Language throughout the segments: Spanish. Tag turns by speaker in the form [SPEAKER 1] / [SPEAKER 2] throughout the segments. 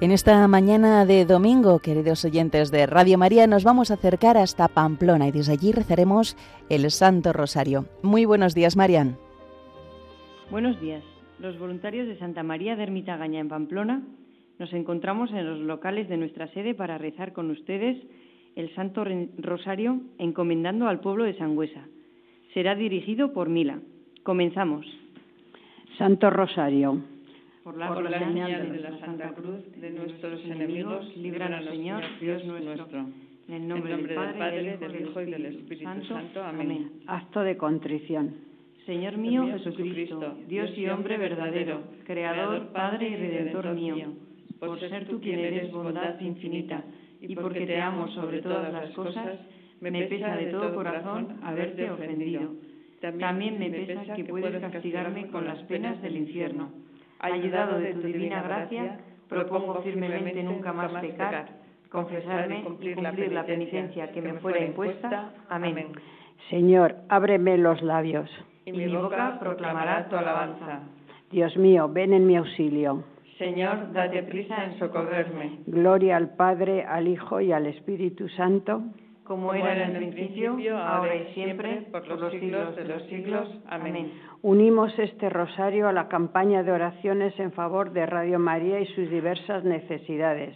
[SPEAKER 1] En esta mañana de domingo, queridos oyentes de Radio María, nos vamos a acercar hasta Pamplona y desde allí rezaremos el Santo Rosario. Muy buenos días, Marian.
[SPEAKER 2] Buenos días. Los voluntarios de Santa María de Ermitagaña en Pamplona nos encontramos en los locales de nuestra sede para rezar con ustedes el Santo Rosario encomendando al pueblo de Sangüesa. Será dirigido por Mila. Comenzamos.
[SPEAKER 3] Santo Rosario.
[SPEAKER 4] Por la, por la señal de la Santa Cruz de nuestros enemigos, líbranos, Señor, Dios nuestro. En el nombre, en nombre del, Padre, del Padre, del Hijo y del Espíritu Santo. Santo. Amén.
[SPEAKER 3] Acto de contrición.
[SPEAKER 2] Señor mío Jesucristo, Dios y hombre verdadero, Creador, Padre y Redentor mío, por ser tú quien eres bondad infinita y porque te amo sobre todas las cosas, me pesa de todo corazón haberte ofendido. También me pesa que puedes castigarme con las penas del infierno. Ayudado de tu divina gracia, propongo firmemente nunca más pecar, confesarme y cumplir la penitencia que me fuera impuesta. Amén.
[SPEAKER 3] Señor, ábreme los labios.
[SPEAKER 4] Y mi boca proclamará tu alabanza.
[SPEAKER 3] Dios mío, ven en mi auxilio.
[SPEAKER 4] Señor, date prisa en socorrerme.
[SPEAKER 3] Gloria al Padre, al Hijo y al Espíritu Santo.
[SPEAKER 4] Como era en el principio, ahora y siempre, por los siglos de los siglos. Amén.
[SPEAKER 3] Unimos este rosario a la campaña de oraciones en favor de Radio María y sus diversas necesidades,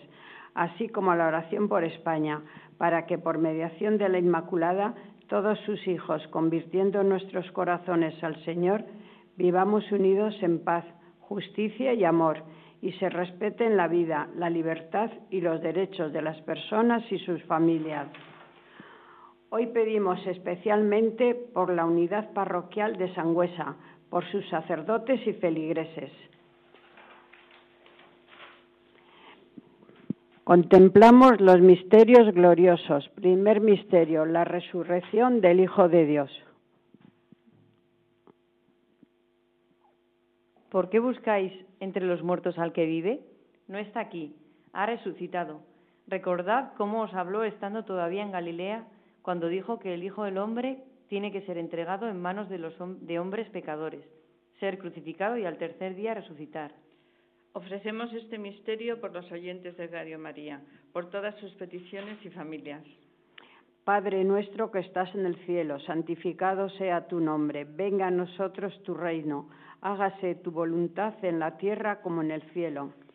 [SPEAKER 3] así como a la oración por España, para que por mediación de la Inmaculada todos sus hijos, convirtiendo nuestros corazones al Señor, vivamos unidos en paz, justicia y amor y se respeten la vida, la libertad y los derechos de las personas y sus familias. Hoy pedimos especialmente por la unidad parroquial de Sangüesa, por sus sacerdotes y feligreses. Contemplamos los misterios gloriosos. Primer misterio, la resurrección del Hijo de Dios.
[SPEAKER 2] ¿Por qué buscáis entre los muertos al que vive? No está aquí, ha resucitado. Recordad cómo os habló estando todavía en Galilea, cuando dijo que el Hijo del Hombre tiene que ser entregado en manos de, los hom de hombres pecadores, ser crucificado y al tercer día resucitar.
[SPEAKER 4] Ofrecemos este misterio por los oyentes de Radio María, por todas sus peticiones y familias.
[SPEAKER 3] Padre nuestro que estás en el cielo, santificado sea tu nombre, venga a nosotros tu reino, hágase tu voluntad en la tierra como en el cielo.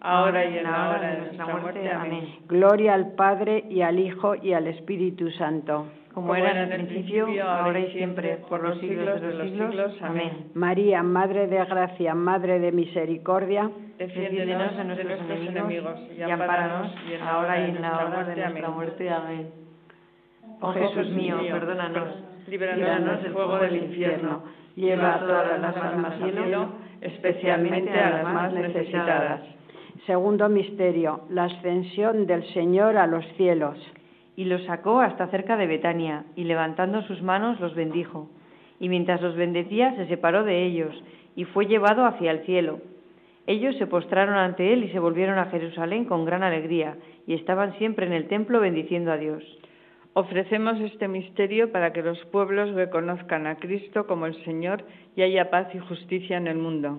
[SPEAKER 2] ahora y en la hora de nuestra muerte. Amén.
[SPEAKER 3] Gloria al Padre y al Hijo y al Espíritu Santo
[SPEAKER 2] como era en el principio, ahora y siempre, por los siglos de los siglos. Amén.
[SPEAKER 3] María, Madre de Gracia, Madre de Misericordia,
[SPEAKER 2] defiéndenos de nuestros enemigos y ampáranos ahora y en la hora de nuestra muerte. Amén. Oh Jesús mío, perdónanos, líbranos del fuego del infierno, lleva a todas las almas al cielo, especialmente a las más necesitadas.
[SPEAKER 3] Segundo misterio, la ascensión del Señor a los cielos
[SPEAKER 5] y los sacó hasta cerca de Betania, y levantando sus manos los bendijo. Y mientras los bendecía, se separó de ellos, y fue llevado hacia el cielo. Ellos se postraron ante él y se volvieron a Jerusalén con gran alegría, y estaban siempre en el templo bendiciendo a Dios.
[SPEAKER 4] Ofrecemos este misterio para que los pueblos reconozcan a Cristo como el Señor y haya paz y justicia en el mundo.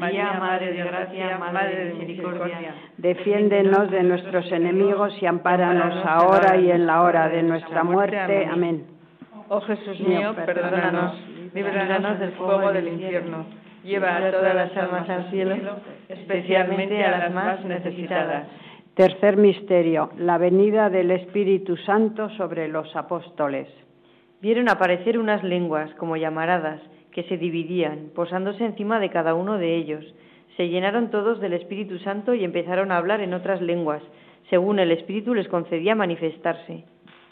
[SPEAKER 6] María, Madre de Gracia, Madre de Misericordia.
[SPEAKER 3] Defiéndenos de nuestros enemigos y ampáranos ahora y en la hora de nuestra muerte. Amén.
[SPEAKER 4] Oh Jesús mío, perdónanos, líbranos del fuego del infierno. Lleva a todas las almas al cielo, especialmente a las más necesitadas.
[SPEAKER 3] Tercer misterio, la venida del Espíritu Santo sobre los apóstoles.
[SPEAKER 2] Vieron aparecer unas lenguas como llamaradas que se dividían, posándose encima de cada uno de ellos. Se llenaron todos del Espíritu Santo y empezaron a hablar en otras lenguas, según el Espíritu les concedía manifestarse.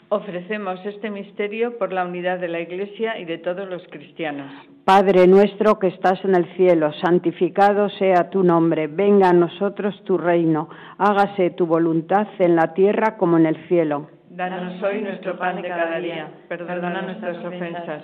[SPEAKER 4] Ofrecemos este misterio por la unidad de la Iglesia y de todos los cristianos.
[SPEAKER 3] Padre nuestro que estás en el cielo, santificado sea tu nombre, venga a nosotros tu reino, hágase tu voluntad en la tierra como en el cielo.
[SPEAKER 4] Danos hoy nuestro pan de cada día, perdona nuestras ofensas,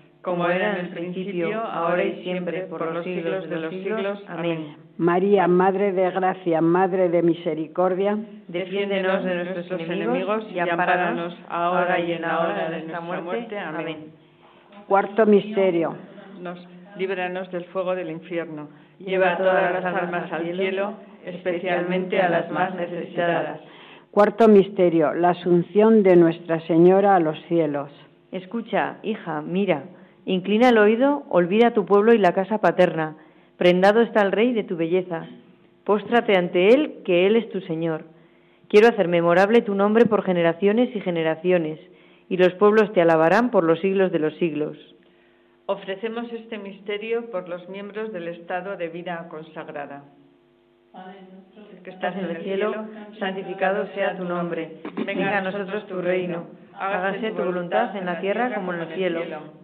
[SPEAKER 4] como era en el principio, ahora y siempre, por los siglos de los siglos. Amén.
[SPEAKER 3] María, Madre de Gracia, Madre de Misericordia,
[SPEAKER 4] defiéndenos de nuestros enemigos y ampáranos ahora y en la hora de nuestra muerte. Amén.
[SPEAKER 3] Cuarto misterio.
[SPEAKER 4] Nos, líbranos del fuego del infierno. Lleva a todas las almas al cielo, especialmente a las más necesitadas.
[SPEAKER 3] Cuarto misterio, la asunción de Nuestra Señora a los cielos.
[SPEAKER 2] Escucha, hija, mira, Inclina el oído, olvida tu pueblo y la casa paterna. Prendado está el rey de tu belleza. Póstrate ante él, que él es tu Señor. Quiero hacer memorable tu nombre por generaciones y generaciones, y los pueblos te alabarán por los siglos de los siglos.
[SPEAKER 4] Ofrecemos este misterio por los miembros del estado de vida consagrada.
[SPEAKER 2] que estás en el cielo, santificado sea tu nombre. Venga a nosotros tu reino. Hágase tu voluntad en la tierra como en el cielo.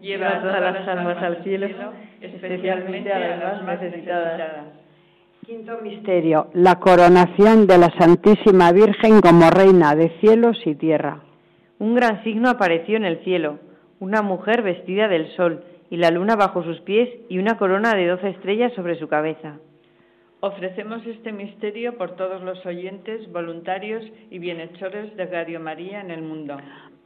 [SPEAKER 2] lleva a todas las almas al cielo, especialmente a las más necesitadas.
[SPEAKER 3] Quinto misterio, la coronación de la Santísima Virgen como Reina de cielos y tierra.
[SPEAKER 2] Un gran signo apareció en el cielo, una mujer vestida del sol y la luna bajo sus pies y una corona de doce estrellas sobre su cabeza.
[SPEAKER 4] Ofrecemos este misterio por todos los oyentes, voluntarios y bienhechores de Radio María en el mundo.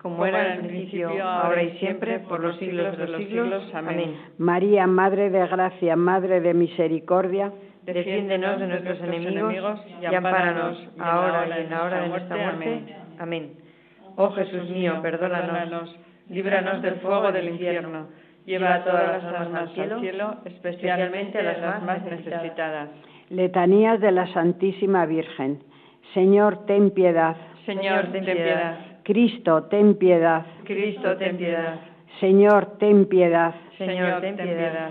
[SPEAKER 2] Como era en el principio, ahora y siempre, por los siglos de los siglos. Amén.
[SPEAKER 3] María, Madre de gracia, Madre de misericordia,
[SPEAKER 2] defiéndenos de nuestros enemigos y ampáranos, ahora y en la hora de nuestra muerte. Amén. Oh Jesús mío, perdónanos,
[SPEAKER 4] líbranos del fuego del infierno. Lleva a todas las almas al cielo, cielo, especialmente a las más necesitadas.
[SPEAKER 3] Letanías de la Santísima Virgen. Señor, ten piedad.
[SPEAKER 4] Señor, ten piedad.
[SPEAKER 3] Cristo, ten piedad.
[SPEAKER 4] Cristo, ten piedad.
[SPEAKER 3] Señor, ten piedad.
[SPEAKER 4] Señor, ten piedad.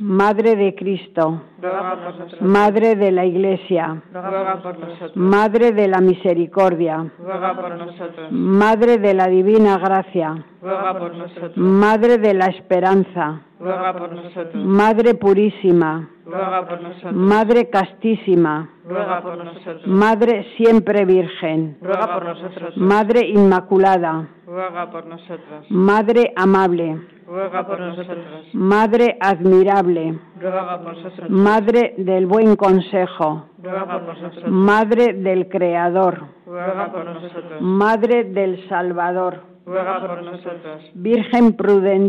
[SPEAKER 3] Madre de Cristo.
[SPEAKER 4] Ruega por nosotros.
[SPEAKER 3] Madre de la Iglesia.
[SPEAKER 4] Ruega por nosotros.
[SPEAKER 3] Madre de la misericordia.
[SPEAKER 4] Ruega por nosotros.
[SPEAKER 3] Madre de la divina gracia.
[SPEAKER 4] Ruega por nosotros.
[SPEAKER 3] Madre de la esperanza.
[SPEAKER 4] Ruega por nosotros.
[SPEAKER 3] Madre purísima.
[SPEAKER 4] Ruega por nosotros.
[SPEAKER 3] Madre castísima.
[SPEAKER 4] Ruega por nosotros.
[SPEAKER 3] Madre siempre virgen.
[SPEAKER 4] Ruega por nosotros.
[SPEAKER 3] Madre inmaculada.
[SPEAKER 4] Ruega por nosotros.
[SPEAKER 3] Madre amable.
[SPEAKER 4] Ruega por nosotros.
[SPEAKER 3] Madre admirable.
[SPEAKER 4] Ruega por nosotros.
[SPEAKER 3] Madre del buen consejo.
[SPEAKER 4] Ruega por nosotros.
[SPEAKER 3] Madre del creador.
[SPEAKER 4] Ruega por nosotros.
[SPEAKER 3] Madre del salvador.
[SPEAKER 4] Ruega por nosotros.
[SPEAKER 3] Virgen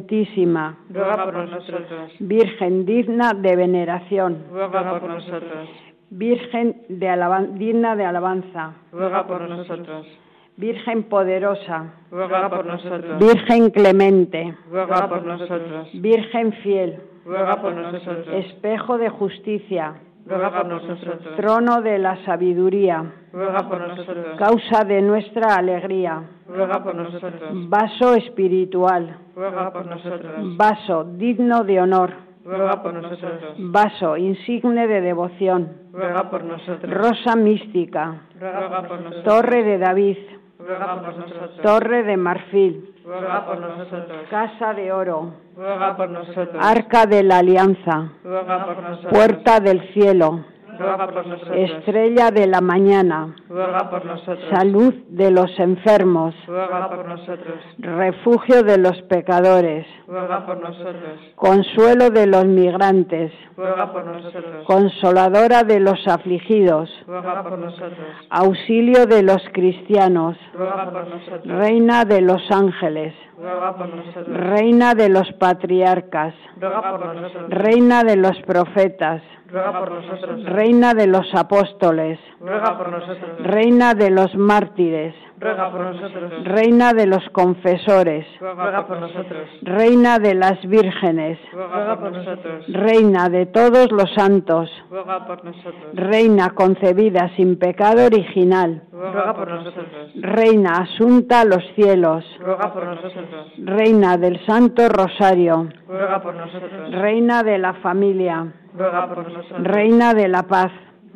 [SPEAKER 3] prudentísima.
[SPEAKER 4] Ruega por nosotros.
[SPEAKER 3] Virgen digna de veneración.
[SPEAKER 4] Ruega por nosotros.
[SPEAKER 3] Virgen de alaban digna de alabanza.
[SPEAKER 4] Ruega por nosotros.
[SPEAKER 3] Virgen poderosa.
[SPEAKER 4] Ruega por nosotros.
[SPEAKER 3] Virgen clemente.
[SPEAKER 4] Ruega por nosotros.
[SPEAKER 3] Virgen fiel.
[SPEAKER 4] Ruega por nosotros.
[SPEAKER 3] Espejo de justicia.
[SPEAKER 4] Ruega por nosotros.
[SPEAKER 3] Trono de la sabiduría.
[SPEAKER 4] Ruega por nosotros.
[SPEAKER 3] Causa de nuestra alegría.
[SPEAKER 4] Ruega por nosotros.
[SPEAKER 3] Vaso espiritual.
[SPEAKER 4] Ruega por nosotros.
[SPEAKER 3] Vaso digno de honor.
[SPEAKER 4] Ruega por nosotros.
[SPEAKER 3] Vaso insigne de devoción.
[SPEAKER 4] Ruega por nosotros.
[SPEAKER 3] Rosa mística.
[SPEAKER 4] Ruega por nosotros.
[SPEAKER 3] Torre de David.
[SPEAKER 4] Ruega por nosotros.
[SPEAKER 3] Torre de marfil.
[SPEAKER 4] Ruega por nosotros.
[SPEAKER 3] Casa de oro.
[SPEAKER 4] Ruega por nosotros.
[SPEAKER 3] Arca de la alianza.
[SPEAKER 4] Ruega por nosotros.
[SPEAKER 3] Puerta del cielo.
[SPEAKER 4] ruega por nosotros.
[SPEAKER 3] Estrella de la mañana,
[SPEAKER 4] ruega por nosotros.
[SPEAKER 3] Salud de los enfermos,
[SPEAKER 4] ruega por nosotros.
[SPEAKER 3] Refugio de los pecadores,
[SPEAKER 4] ruega por nosotros.
[SPEAKER 3] Consuelo de los migrantes,
[SPEAKER 4] ruega por nosotros.
[SPEAKER 3] Consoladora de los afligidos,
[SPEAKER 4] ruega por nosotros.
[SPEAKER 3] Auxilio de los cristianos,
[SPEAKER 4] ruega por nosotros.
[SPEAKER 3] Reina de los ángeles,
[SPEAKER 4] ruega por nosotros.
[SPEAKER 3] Reina de los patriarcas,
[SPEAKER 4] ruega por nosotros.
[SPEAKER 3] Reina de los profetas,
[SPEAKER 4] ruega por nosotros.
[SPEAKER 3] Reina de los apóstoles,
[SPEAKER 4] ruega por nosotros.
[SPEAKER 3] Reina de los mártires,
[SPEAKER 4] ruega por nosotros.
[SPEAKER 3] Reina de los confesores,
[SPEAKER 4] ruega por nosotros.
[SPEAKER 3] Reina de las vírgenes,
[SPEAKER 4] ruega por nosotros.
[SPEAKER 3] Reina de todos los santos,
[SPEAKER 4] ruega por nosotros.
[SPEAKER 3] Reina concebida sin pecado original,
[SPEAKER 4] ruega por nosotros.
[SPEAKER 3] Reina asunta a los cielos,
[SPEAKER 4] ruega por nosotros.
[SPEAKER 3] Reina del Santo Rosario,
[SPEAKER 4] ruega por nosotros.
[SPEAKER 3] Reina de la familia,
[SPEAKER 4] ruega por nosotros.
[SPEAKER 3] Reina de la paz,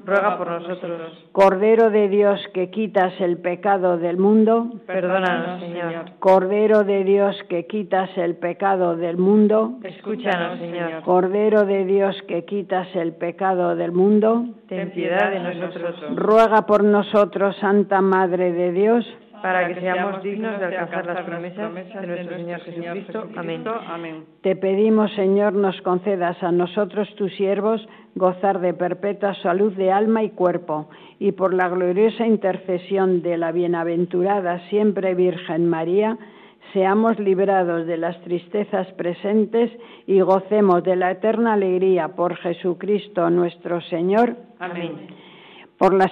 [SPEAKER 4] ruega por nosotros.
[SPEAKER 3] Cordero de Dios que quitas el pecado del mundo,
[SPEAKER 4] perdónanos, Señor.
[SPEAKER 3] Cordero de Dios que quitas el pecado del mundo,
[SPEAKER 4] escúchanos, Señor.
[SPEAKER 3] Cordero de Dios que quitas el pecado del mundo,
[SPEAKER 4] ten piedad de nosotros.
[SPEAKER 3] Ruega por nosotros, Santa Madre de Dios,
[SPEAKER 2] para que seamos dignos de alcanzar las promesas de nuestro Señor Jesucristo. Amén.
[SPEAKER 3] Te pedimos, Señor, nos concedas a nosotros, tus siervos, gozar de perpetua salud de alma y cuerpo, y por la gloriosa intercesión de la bienaventurada siempre Virgen María, seamos librados de las tristezas presentes y gocemos de la eterna alegría por Jesucristo nuestro Señor.
[SPEAKER 4] Amén.
[SPEAKER 3] Por las,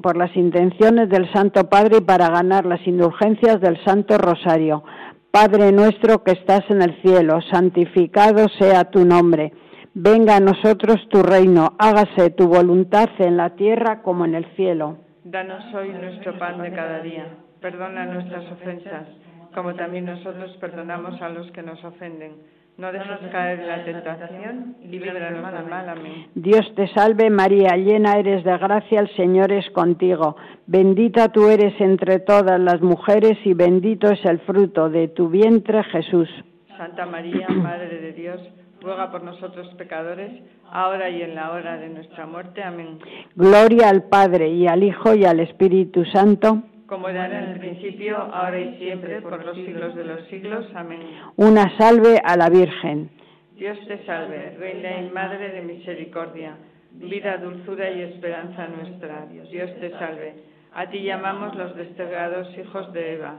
[SPEAKER 3] por las, intenciones del Santo Padre y para ganar las indulgencias del Santo Rosario. Padre nuestro que estás en el cielo, santificado sea tu nombre. Venga a nosotros tu reino, hágase tu voluntad en la tierra como en el cielo.
[SPEAKER 4] Danos hoy nuestro pan de cada día. Perdona nuestras ofensas, como también nosotros perdonamos a los que nos ofenden. No dejes caer en la tentación y líbranos del mal. Amén.
[SPEAKER 3] Dios te salve María, llena eres de gracia, el Señor es contigo. Bendita tú eres entre todas las mujeres y bendito es el fruto de tu vientre, Jesús.
[SPEAKER 4] Santa María, Madre de Dios, ruega por nosotros pecadores, ahora y en la hora de nuestra muerte. Amén.
[SPEAKER 3] Gloria al Padre y al Hijo y al Espíritu Santo
[SPEAKER 4] como era en el principio, ahora y siempre, por los siglos de los siglos. Amén.
[SPEAKER 3] Una salve a la Virgen.
[SPEAKER 4] Dios te salve, Reina y Madre de Misericordia, vida, dulzura y esperanza nuestra. Dios te salve. A ti llamamos los desterrados hijos de Eva.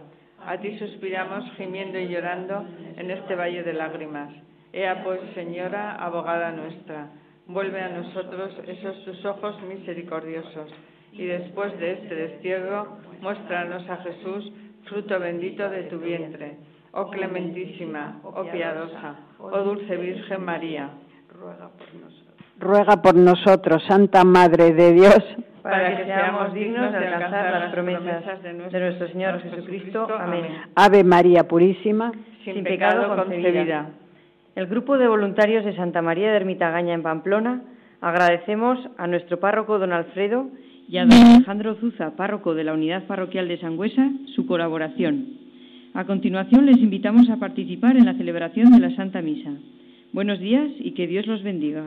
[SPEAKER 4] A ti suspiramos gimiendo y llorando en este valle de lágrimas. Ea pues, Señora, abogada nuestra, vuelve a nosotros esos tus ojos misericordiosos y después de este destierro, muéstranos a Jesús, fruto bendito de tu vientre. Oh clementísima, oh piadosa, oh dulce Virgen María.
[SPEAKER 3] Ruega por nosotros, Santa Madre de Dios,
[SPEAKER 2] para que seamos dignos de alcanzar las promesas de nuestro Señor Jesucristo. Amén.
[SPEAKER 3] Ave María Purísima,
[SPEAKER 2] sin pecado concebida. El grupo de voluntarios de Santa María de Ermitagaña en Pamplona agradecemos a nuestro párroco don Alfredo y a don Alejandro Zuza, párroco de la Unidad Parroquial de Sangüesa, su colaboración. A continuación les invitamos a participar en la celebración de la Santa Misa. Buenos días y que Dios los bendiga.